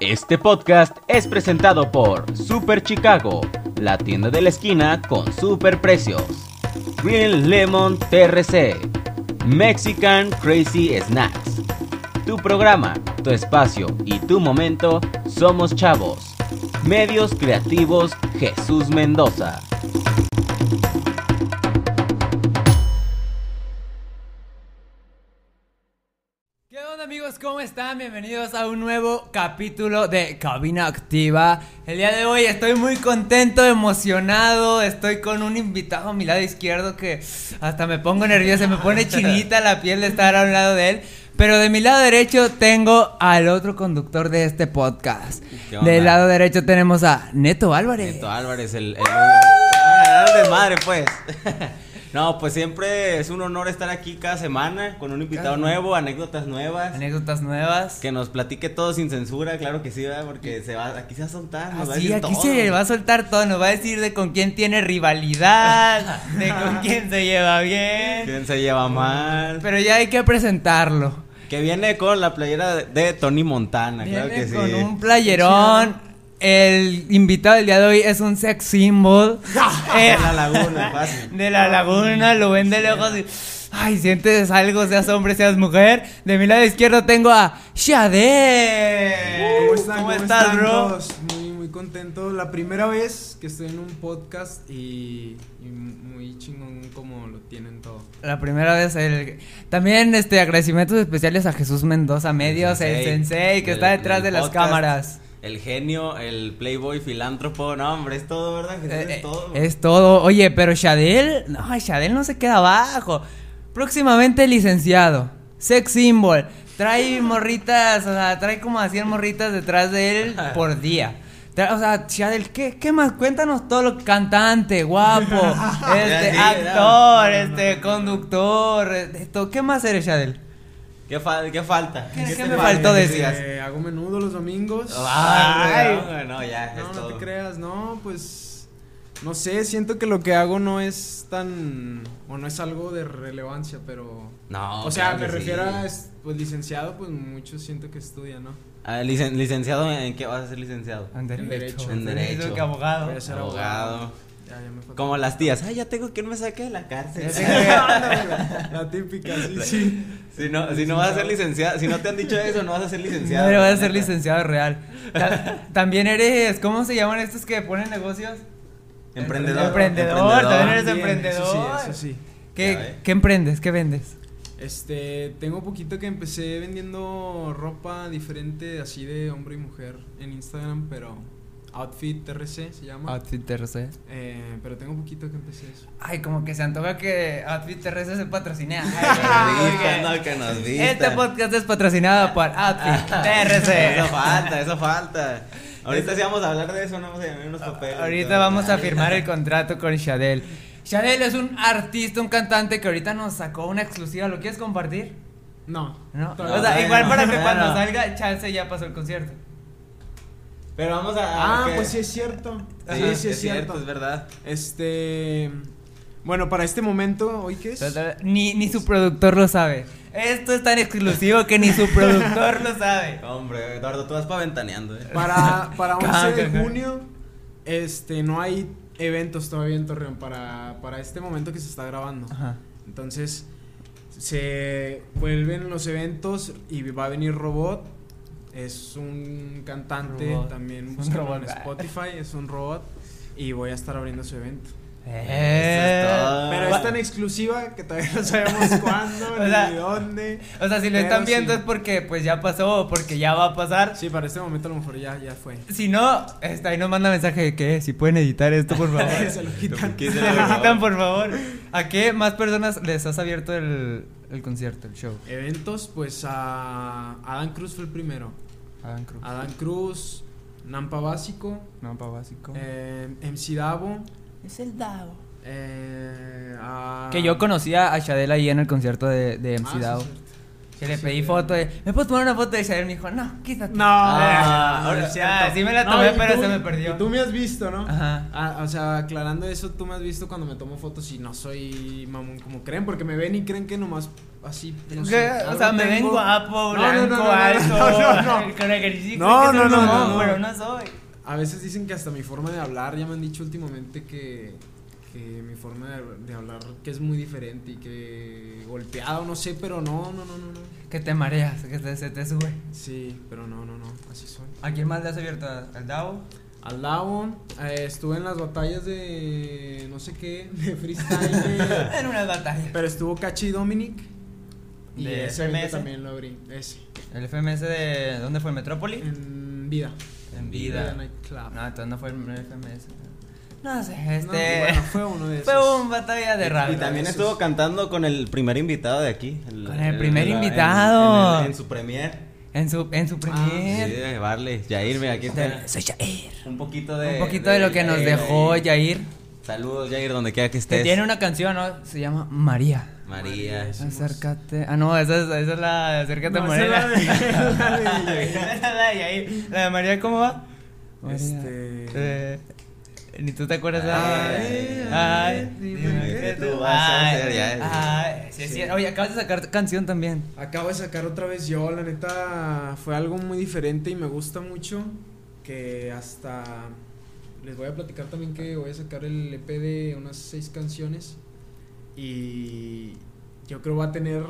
Este podcast es presentado por Super Chicago, la tienda de la esquina con super precios. Green Lemon TRC, Mexican Crazy Snacks. Tu programa, tu espacio y tu momento somos chavos. Medios Creativos Jesús Mendoza. ¿Qué onda amigos? ¿Cómo están? Bienvenidos a un nuevo capítulo de Cabina Activa. El día de hoy estoy muy contento, emocionado. Estoy con un invitado a mi lado izquierdo que hasta me pongo nervioso, me pone chinita la piel de estar a un lado de él. Pero de mi lado derecho tengo al otro conductor de este podcast. ¿Qué onda? Del lado derecho tenemos a Neto Álvarez. Neto Álvarez, el. el- Ah, de madre, pues. No, pues siempre es un honor estar aquí cada semana con un invitado Cada- nuevo, anécdotas nuevas. Anécdotas nuevas. Que nos platique todo sin censura, claro que sí, ¿verdad? Porque se va, aquí se va a soltar, nos va a Así, decir aquí todo. se va a soltar todo, nos va a decir de con quién tiene rivalidad, de con quién se lleva bien. ¿Quién se lleva mal? Pero ya hay que presentarlo. Que viene con la playera de, de Tony Montana, Ah, claro Viene que sí. con un playerón. El invitado del día de hoy es un sex symbol eh, De la Ah. laguna, fácil. de la laguna, lo ven de lejos. y, ay, sientes algo, seas hombre, seas mujer. De mi lado izquierdo tengo a Shade. ¿Cómo están? Uh, ¿Cómo ¿Cómo estás, están bro? todos? Muy, muy contento. La primera vez que estoy en un podcast y, y muy chingón como lo tienen todo. La primera vez el- también este agradecimientos especiales a Jesús Mendoza Medios, el sensei, que del- está detrás de del las podcast, cámaras. El genio, el playboy, filántropo. No, hombre, es todo, ¿verdad? Jesús? Eh, eh, es todo. es todo. Oye, pero Shadel, no, Shadel no se queda abajo. Próximamente licenciado, sex symbol, trae morritas, o sea, trae como a 100 morritas detrás de él por día. Tra- O sea, Shadel, ¿qué, ¿qué más? Cuéntanos todo lo cantante, guapo, este, sí, actor, este, conductor, esto, ¿qué más eres, Shadel? ¿Qué, fal- qué falta? ¿Qué- qué te me falta faltó que decir? digas? Eh, hago menudo los domingos. Ay, Ay, no, no, ya, es no, no todo. te creas, no, pues no sé, siento que lo que hago no es tan o no es algo de relevancia, pero No, o sea, claro me que refiero sí. a es- pues licenciado, pues muchos siento que estudia, ¿no? A ver, licen- licenciado, ¿en qué vas a ser licenciado? En derecho. En derecho. que abogado. Voy a ser Abogado. Ya, ya me faltó. Como las tías, ay, ya tengo quien me saque de la cárcel. la típica, sí, sí. si no, si no vas a ser licenciado, si no te han dicho eso, no vas a ser licenciado. Pero vas a la ser neta. licenciado real. Ta- También eres, ¿cómo se llaman estos que ponen negocios? Emprendedor. Emprendedor, también eres- emprendedor. Eso sí, eso sí. Ya ¿Qué, ve. ¿qué emprendes? ¿Qué vendes? Este, tengo poquito que empecé vendiendo ropa diferente así de hombre y mujer en Instagram, pero Outfit TRC se llama. Outfit TRC. Eh, pero tengo poquito que empecé eso. Ay, como que se antoja que Outfit TRC se patrocine. Que Ay, nos vistan, porque no, que nos este vistan. podcast es patrocinado por Outfit Ah. Eso TRC. falta, eso falta. Ahorita sí vamos a hablar de eso, no vamos a llenar unos papeles. Ahorita vamos a firmar el contrato con Shadel. Shadel es un artista, un cantante que ahorita nos sacó una exclusiva. ¿Lo quieres compartir? No. No, No, o sea, igual no, para que no, cuando no. salga chance ya pasó el concierto. Pero vamos a. Ah, ¿qué? pues sí es cierto. Sí, sí, sí es, cierto. es verdad. Este, bueno, para este momento, ¿hoy qué es? Ni, ni su productor lo sabe. Esto es tan exclusivo que ni su productor lo sabe. Hombre, Eduardo, tú vas pa' ventaneando, eh. Para, para 11 Caca, de caca. junio, este, no hay eventos todavía en Torreón para, para este momento que se está grabando. Ajá. Entonces, se vuelven los eventos y va a venir Robot. Es un cantante, Robot. Es también un búsquenlo robot. en Spotify, es un robot. Y voy a estar abriendo su evento. Eso es todo. Pero es tan exclusiva que todavía no sabemos cuándo O ni sea, dónde. O sea, si lo Pero están viendo sí. es porque pues ya pasó o porque ya va a pasar. Sí, para este momento a lo mejor ya, ya fue. Si no, está ahí nos manda mensaje de que "Eh, si pueden editar esto, por favor. Se lo quitan. ¿Qué Se se lo le- quitan, por favor. ¿A qué más personas les has abierto el, el concierto, el show? Eventos, pues a Adán Cruz fue el primero. Adán Cruz. Adán Cruz, Nampa Básico, No, pa' básico. eh, MC Davo. es el Dao. eh, a- Ah, Que yo conocía a Shadel ahí en el concierto de, de MC Ah, sí, Dao. cierto. Que le Sí, pedí güey. foto. de, ¿Me puedo tomar una foto? Y Xavier me dijo, no, quítate. No, eh. Ah, no ahora es sí, cierto. ah, sí me la No, tomé, y pero tú- se me perdió. y tú me has visto, ¿no? Ajá. Ah, o sea, aclarando eso, tú me has visto cuando me tomo fotos y no soy mamón como creen, porque me ven y creen que nomás así. no sé, ¿Qué? o algo sea, me ven tengo. guapo, No, no, no, blanco, no, no, alto. no, no, no. Con ejercicio. No, que soy no, no, mamón, no, no. Pero no soy. A veces dicen que hasta mi forma de hablar, ya me han dicho últimamente que, que mi forma de, de hablar que es muy diferente y que golpeado, no sé, pero no, no, no, no, no. Que te mareas, que te- se te sube. Sí, pero no, no, no, así soy. ¿A quién más le has abierto? ¿Al Davo? Al lado, eh, estuve en las batallas de no sé qué, de freestyle. de- En una batalla. Pero estuvo Cachi y Dominic. Y ¿De ese ahorita FMS? también lo abrí. Ese. ¿El FMS de. ¿Dónde fue? ¿Metrópoli? En vida. En vida. Nightclub. No, entonces no fue el FMS. No sé, No, este. bueno, fue uno de esos. fue un batalla de rap. Y también esos. estuvo cantando con el primer invitado de aquí. Con el primer invitado. En, el- en su premier. En su, en su Sí, premier. de Barley, Jairme, aquí está. De- Soy Jair. Un poquito de. Un poquito de lo que nos Jair, dejó Jair. Jair. Saludos, Jair, donde quiera eh, que Que estés. tiene una canción, ¿no? Se llama María. María. María. Hicimos- Acércate. Ah, no, esa es, esa es la de Acércate No, Morena. esa es la de- la de- Esa es la de ahí. La de María, ¿cómo va? María, Este- eh, Ni tú te acuerdas de Ay, Ay, ay, dime que tú vas a hacer ya. Ay, sí, es cierto. Oye, acabas de sacar canción también. Acabo de sacar otra vez yo, la neta fue algo muy diferente y me gusta mucho que hasta les voy a platicar también que voy a sacar el EP de unas seis canciones y yo creo va a tener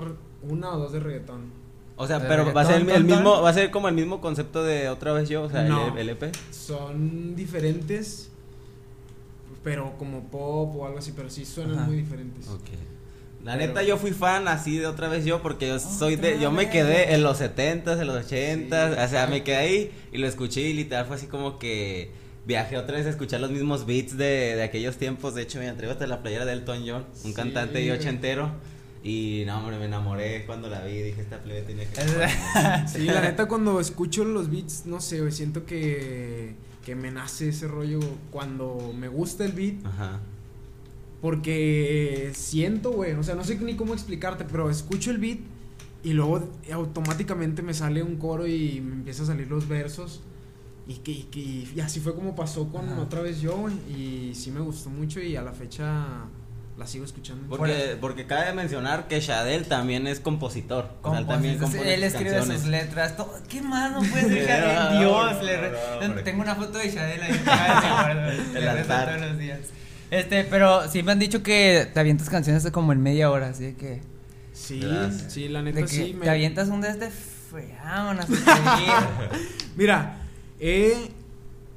una o dos de reggaetón. O sea, Pero pero va a reggaetón, ser el, el ton, mismo, ton. va a ser como el mismo concepto de otra vez yo, o sea, el- E No. el, EP. Son diferentes, pero como pop o algo así, pero sí suenan Ajá. muy diferentes. La Pero- neta yo fui fan así de otra vez yo porque Ah, yo soy de Otra yo me vez. quedé en los 70s, en los 80s, Sí. o sea, me quedé ahí y lo escuché y literal fue así como que viajé otra vez a escuchar los mismos beats de, de aquellos tiempos, de hecho me atrevo hasta la playera de Elton John, un Sí. cantante y ochentero y no hombre, me enamoré cuando la vi, dije esta plebe tenía que Sí, la neta cuando escucho los beats, no sé, güey, siento que, que me nace ese rollo cuando me gusta el beat. Ajá. Porque siento, güey, o sea, no sé ni cómo explicarte, pero escucho el beat y luego automáticamente me sale un coro y me empiezan a salir los versos. Y, que, y que- y así fue como pasó con Ajá. otra vez yo, güey. Y sí me gustó mucho y a la fecha la sigo escuchando. Porque, porque cabe mencionar que Shadel también es compositor. o sea, Compositor. él también Sí, compone él sus escribe canciones. sus letras. todo- ¿Qué más no puede ser Sí, Shadel? no, Dios, no, le re- no, hombre. tengo una foto de Shadel ahí. me El acuerdo, le rezo altar. todos los días. Este, pero sí me han dicho que te avientas canciones de como en media hora, así de que Sí, Gracias. sí, la de neta que sí. me- te avientas un de este freámonos. sí. Mira, he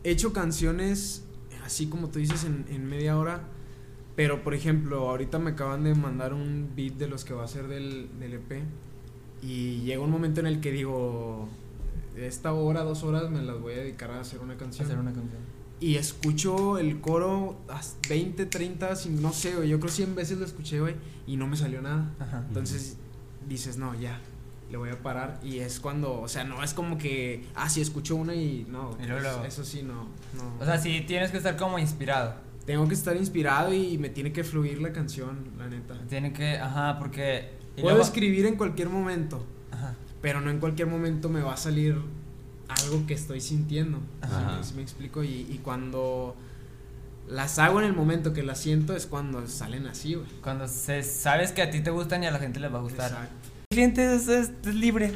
hecho canciones así como tú dices en, en media hora. Pero por ejemplo, ahorita me acaban de mandar un beat de los que va a ser del, del EP. Y llega un momento en el que digo, esta hora, dos horas me las voy a dedicar a hacer una canción. Hacer una canción. Y escucho el coro as- 20, 30, sin- no sé, güey, yo creo 100 veces lo escuché, güey, y no me salió nada. Ajá. Entonces dices, no, ya, le voy a parar. Y es cuando, o sea, no es como que, ah, sí, escucho una y no. pues, Y luego, luego. Eso sí, no. no. O sea, sí tienes que estar como inspirado. Tengo que estar inspirado y me tiene que fluir la canción, la neta. Tiene que, ajá, porque y Puedo luego- escribir en cualquier momento, Ajá. pero no en cualquier momento me va a salir algo que estoy sintiendo. Ajá. Si me explico. Y, y cuando las hago en el momento que las siento es cuando salen así, güey. Cuando se- sabes que a ti te gustan y a la gente les va a gustar. Exacto. El cliente es, es- es libre.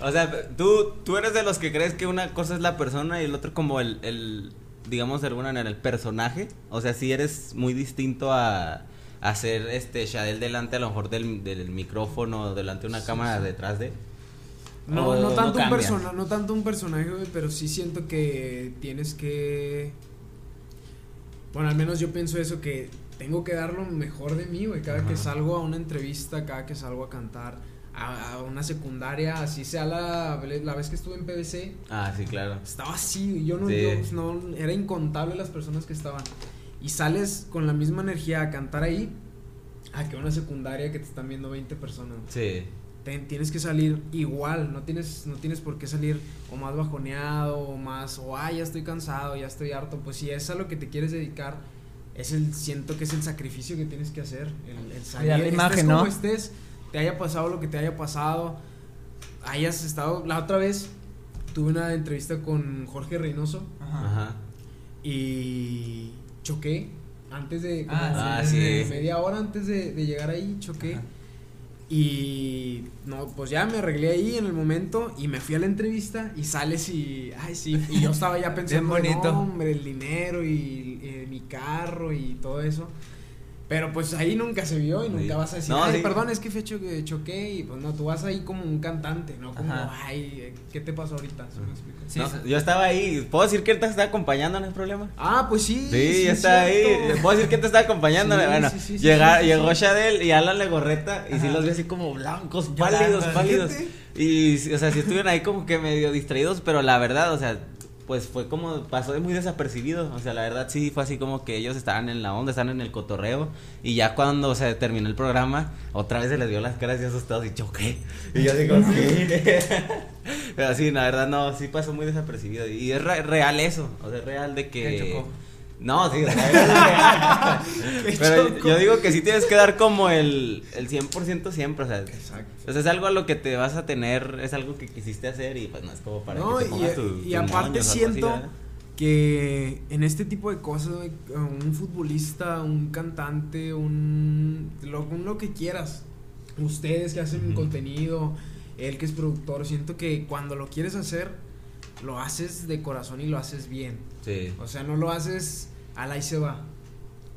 O sea, tú, tú eres de los que crees que una cosa es la persona y el otro como el, el digamos de alguna manera, el personaje. O sea, si eres muy distinto a hacer este Shadel delante a lo mejor del, del micrófono, delante de una cámara, detrás de. No, ¿O no, tanto un cambia? persona, no tanto un personaje, güey, pero sí siento que tienes que. Bueno, al menos yo pienso eso, que tengo que dar lo mejor de mí, güey. Cada que salgo a una entrevista, cada que salgo a cantar, a, a una secundaria, así sea la, la vez que estuve en PBC, Ah, sí, claro. estaba así, güey, yo no, Sí. yo, pues, no, era incontable las personas que estaban. Y sales con la misma energía a cantar ahí, a que una secundaria que te están viendo 20 personas. Sí. Te- tienes que salir igual, no tienes, no tienes por qué salir o más bajoneado o más, o ah, ya estoy cansado, ya estoy harto, pues si es a lo que te quieres dedicar, es el, siento que es el sacrificio que tienes que hacer, el, el salir, Cuidar la imagen, estés como ¿no? estés, te haya pasado lo que te haya pasado, hayas estado. La otra vez tuve una entrevista con Jorge Reynoso Ajá. y choqué antes de como Ah, sí. de Ah, sí. media hora antes de, de llegar ahí choqué Ajá. y no pues ya me arreglé ahí en el momento y me fui a la entrevista y sales y ay sí y yo estaba ya pensando Bien bonito. "No, hombre el dinero y eh, mi carro y todo eso pero pues ahí nunca se vio y nunca Sí. vas a decir No, ay sí. perdón es que fue cho- eh, choqué y pues no tú vas ahí como un cantante no como Ajá. ay eh, qué te pasó ahorita ¿Sí me explico? Sí, No, sí. yo estaba ahí. ¿Puedo decir que él te está acompañando? No hay problema. ah pues sí Sí, sí, ya está cierto. ahí. Puedo decir que te está acompañando. Sí, bueno, sí, sí, sí, llega- sí, sí, llegó sí. Shadel y Alan Legorreta. Y sí Ajá. los vi así como blancos, Llorando, pálidos, pálidos. fíjate. Y, sí, o sea, sí estuvieron ahí como que medio distraídos. Pero la verdad, o sea, pues fue como. Pasó de muy desapercibido. O sea, la verdad sí fue así como que ellos estaban en la onda, estaban en el cotorreo. Y ya cuando se terminó el programa, otra vez se les vio las caras y asustados. Y choqué. Y yo digo, ¿qué? Pero sí, la verdad no, sí pasó muy desapercibido. Y es re- real eso, o sea, es real de que... Que chocó. No, sí, o sea, es real. Que Pero chocó. yo digo que sí tienes que dar como el, el 100% siempre, o sea, Exacto. o sea, Pues es algo a lo que te vas a tener, es algo que quisiste hacer y pues no es como para No, que te y, pongas tu- y tus aparte moños o algo así, siento ¿verdad? que en este tipo de cosas, güey, un futbolista, un cantante, un lo, un lo que quieras, ustedes que hacen Ujú. contenido, él que es productor, siento que cuando lo quieres hacer, lo haces de corazón y lo haces bien. Sí. O sea, no lo haces al ahí se va.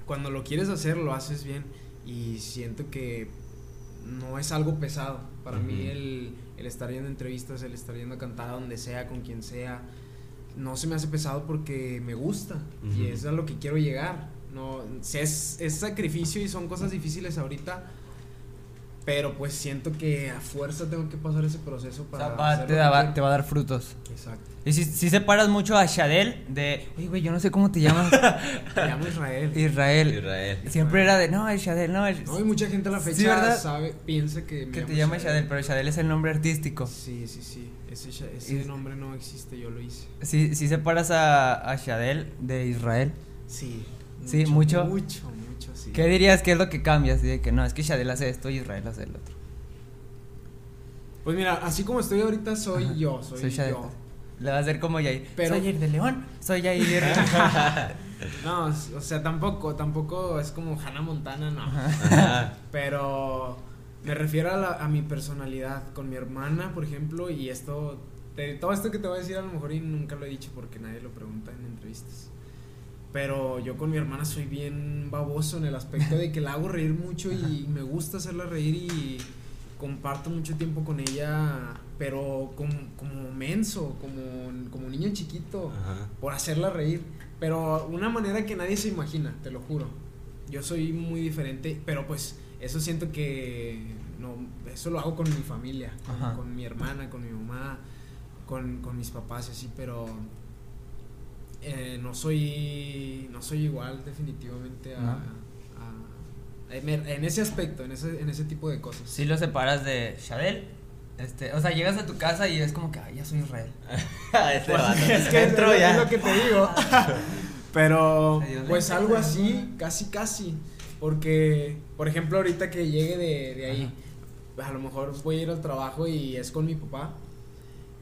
Cuando lo quieres hacer, lo haces bien. Y siento que no es algo pesado. Para mí Ujú. el, el estar yendo a entrevistas, el estar yendo a cantar a donde sea, con quien sea, no se me hace pesado porque me gusta. Y Ujú. es a lo que quiero llegar. No, si es, es sacrificio y son cosas difíciles ahorita. Pero pues siento que a fuerza tengo que pasar ese proceso O para... sea, va- hacer te, lo da- que va- quiero. te va a dar frutos. Exacto. Y si, si separas mucho a Shadel de, oye, güey, yo no sé cómo te llamas. Me llamo Israel. Israel. Israel. Siempre era de, no, es Shadel, no, es. No, y mucha gente a la Sí, fecha ¿verdad? sabe, piensa que me que te llamo llama Shadel, pero Shadel es el nombre artístico. Sí, sí, sí. Ese, Sha- ese Y- nombre no existe, yo lo hice. Si, si separas a, a Shadel de Israel, Sí. Sí, mucho. Mucho, mucho, sí. ¿qué dirías que es lo que cambias? Y de que no, es que Shadel hace esto y Israel hace el otro. Pues mira, así como estoy ahorita, soy Ajá. yo, soy, Soy Shadel. yo. Le va a hacer como Yair. Pero- soy Yair de León, soy Yair de No, s- o sea, tampoco, tampoco es como Hannah Montana, no. Ajá. Pero me refiero a, la- a mi personalidad con mi hermana, por ejemplo, y esto, te- todo esto que te voy a decir a lo mejor y nunca lo he dicho porque nadie lo pregunta en entrevistas. Pero yo con mi hermana soy bien baboso en el aspecto de que la hago reír mucho y me gusta hacerla reír y comparto mucho tiempo con ella, pero como, como menso, como, como niño chiquito Ajá. por hacerla reír, pero una manera que nadie se imagina, te lo juro. Yo soy muy diferente, pero pues eso siento que no eso lo hago con mi familia, con, Ajá. con mi hermana, con mi mamá, con, con mis papás y así, pero eh, no soy no soy igual definitivamente a, No. a- en en ese aspecto, en ese en ese tipo de cosas. Si lo separas de Shadel, este, o sea, llegas a tu casa y es como que, ay, ya soy Israel. Este vato. Pues, es que Entro es, ya. lo que te digo. Pero Ay, Dios mío. pues algo así, casi casi. Porque, por ejemplo, ahorita que llegue de, de ahí, a lo mejor voy a ir al trabajo y es con mi papá.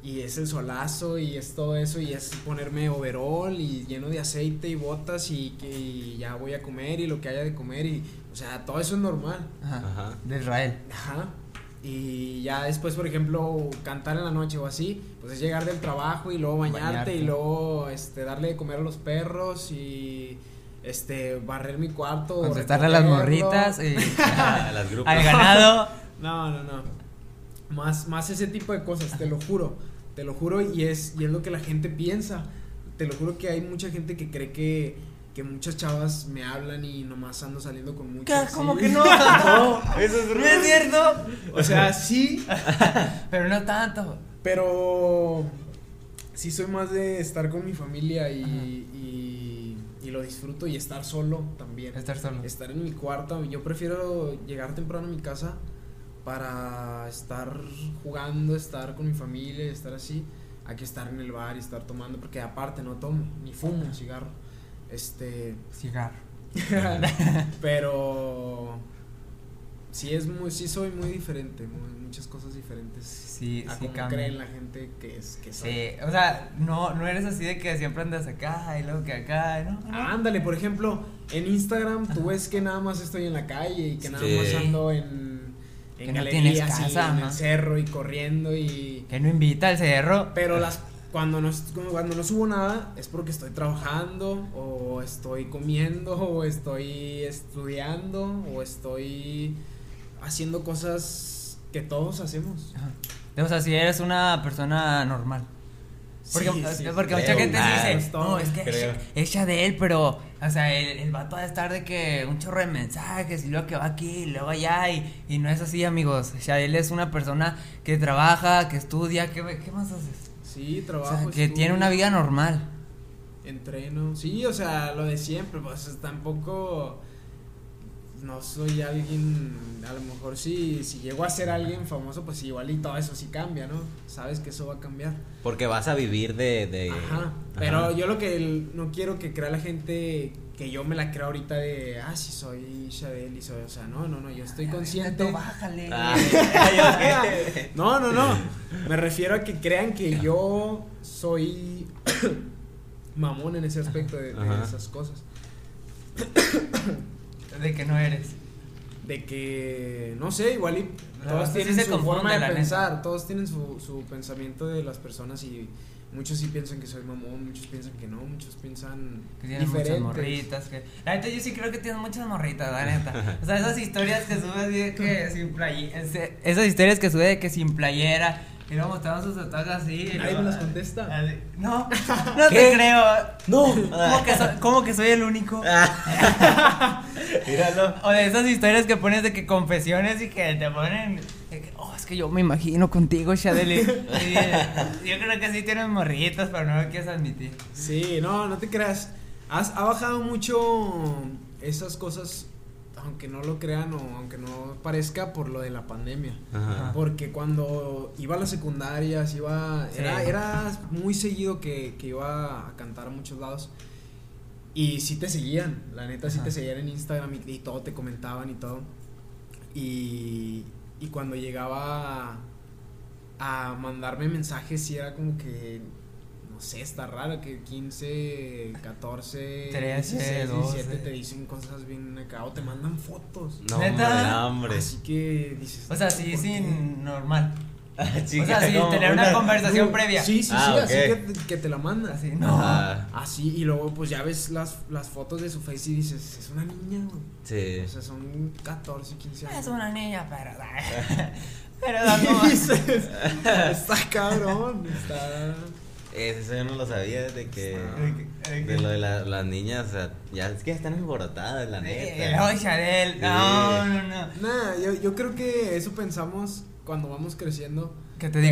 Y es el solazo y es todo eso y es ponerme overol y lleno de aceite y botas y que y ya voy a comer y lo que haya de comer y, o sea, todo eso es normal. Ajá. Ajá. De Israel. Ajá. Y ya después, por ejemplo, cantar en la noche o así, pues es llegar del trabajo y luego bañarte, Bañarte. y luego este darle de comer a los perros y este barrer mi cuarto, Contestarle a las recogerlo. morritas y Ah, las grupas. al ganado. No, no, no. Más más ese tipo de cosas, te lo juro. Te lo juro y es y es lo que la gente piensa. Te lo juro que hay mucha gente que cree que que muchas chavas me hablan y nomás ando saliendo con muchas. Como sí. que no. Eso es No es cierto. O sea, sí, Pero no tanto. Pero sí soy más de estar con mi familia y, y, y lo disfruto y estar solo también. Estar solo. Estar en mi cuarto. Yo prefiero llegar temprano a mi casa para estar jugando, estar con mi familia, estar así, a que estar en el bar y estar tomando, porque aparte no tomo, ni fumo cigarro. Este, Cigarro. pero sí es muy, sí soy muy diferente, muy- muchas cosas diferentes. Sí, a sí como cambia. Ah, creen la gente que es que soy. Sí, o sea, no, no eres así de que siempre andas acá y luego que acá, y ¿no? Ah, Ándale, por ejemplo, en Instagram tú ves que nada más estoy en la calle y que nada Sí. más ando en, en Que no tienes galerías y casa, en ajá. el cerro y corriendo y Que no invita al cerro. pero las cuando no, es- cuando no subo nada es porque estoy trabajando o estoy comiendo o estoy estudiando o estoy haciendo cosas que todos hacemos. O sea, si eres una persona normal. Porque, Sí, sí, porque sí. mucha gente Creo, sí dice, ah, no, es que es, creo. es Shadel, pero, o sea, el, el vato ha de estar de que un chorro de mensajes y luego que va aquí y luego allá y, y no es así, amigos. Shadel es una persona que trabaja, que estudia, ¿qué, qué más haces? Sí, O trabajo. sea, que tiene estudio. una vida normal. Entreno. Sí, o sea, lo de siempre, pues tampoco no soy alguien, a lo mejor si, si llego a ser alguien famoso, pues igual y todo eso sí cambia, ¿no? Sabes que eso va a cambiar. Porque vas a vivir de. de- Ajá. Pero yo lo que el- no quiero que crea la gente que yo me la creo ahorita de, ah, sí soy Shadel y soy, o sea, no, no, no, yo Ah, estoy consciente. Tú bájale. Ah, No, no, no. Me refiero a que crean que yo soy mamón en ese aspecto de, de Ajá. esas cosas. De que no eres. De que, no sé, igual y La todos raza Ah, sí tienen se su confunde, forma la de neta. pensar, todos tienen su, su pensamiento de las personas y muchos sí piensan que soy mamón, muchos piensan que no, muchos piensan Que tienes muchas diferentes. morritas. Que... La neta, yo sí creo que tienes muchas morritas, la neta. O sea, esas historias que sube así de que sin playera. Esas historias que sube de que sin playera. Y luego mostraban sus tatuajes así. y Nadie luego- me las contesta. así. No, no te creo. No. ¿Cómo que, so- cómo que soy el único? Ah. Míralo. O de esas historias que pones de que confesiones y que te ponen. de que, oh, es que yo me imagino contigo, Shadeli. yo creo que sí tienes morritas, pero no lo quieres admitir. Sí, no, no te creas. Has, ha bajado mucho esas cosas, aunque no lo crean o aunque no parezca, por lo de la pandemia. Ajá. Porque cuando iba a las secundarias, iba. Sí. Era, era muy seguido que, que iba a cantar a muchos lados. Y sí te seguían, la neta, sí Ajá. te seguían en Instagram y, y todo te comentaban y todo. Y, y cuando llegaba a, a mandarme mensajes, sí era como que. No sé, está raro que 15, 14, Trece, 16, 17 doce. te dicen cosas bien acá o te mandan fotos. No, ¿Neta? hombre. Así que dices. O sea, "¿Por sí, qué?". sin normal. Ah, Chica, o sea, sin no, tener una, conversación previa. uh, Sí, sí, Ah, sí, ok. así que te, que te la manda. Así, no. Ah, Ajá. Así, y luego pues ya ves las, las fotos de su face y dices, es una niña, güey. Sí. O sea, son 14, 15 años. Ah, Es una niña, pero. pero da como- Y dices, está cabrón, está... Eso yo no lo sabía de que. Ah. De lo de la- las niñas, o sea, ya es que ya están emborotadas, la Eh, neta. oh, Shadel. No, no, no. Nah, yo, yo creo que eso pensamos cuando vamos creciendo. Que te diga.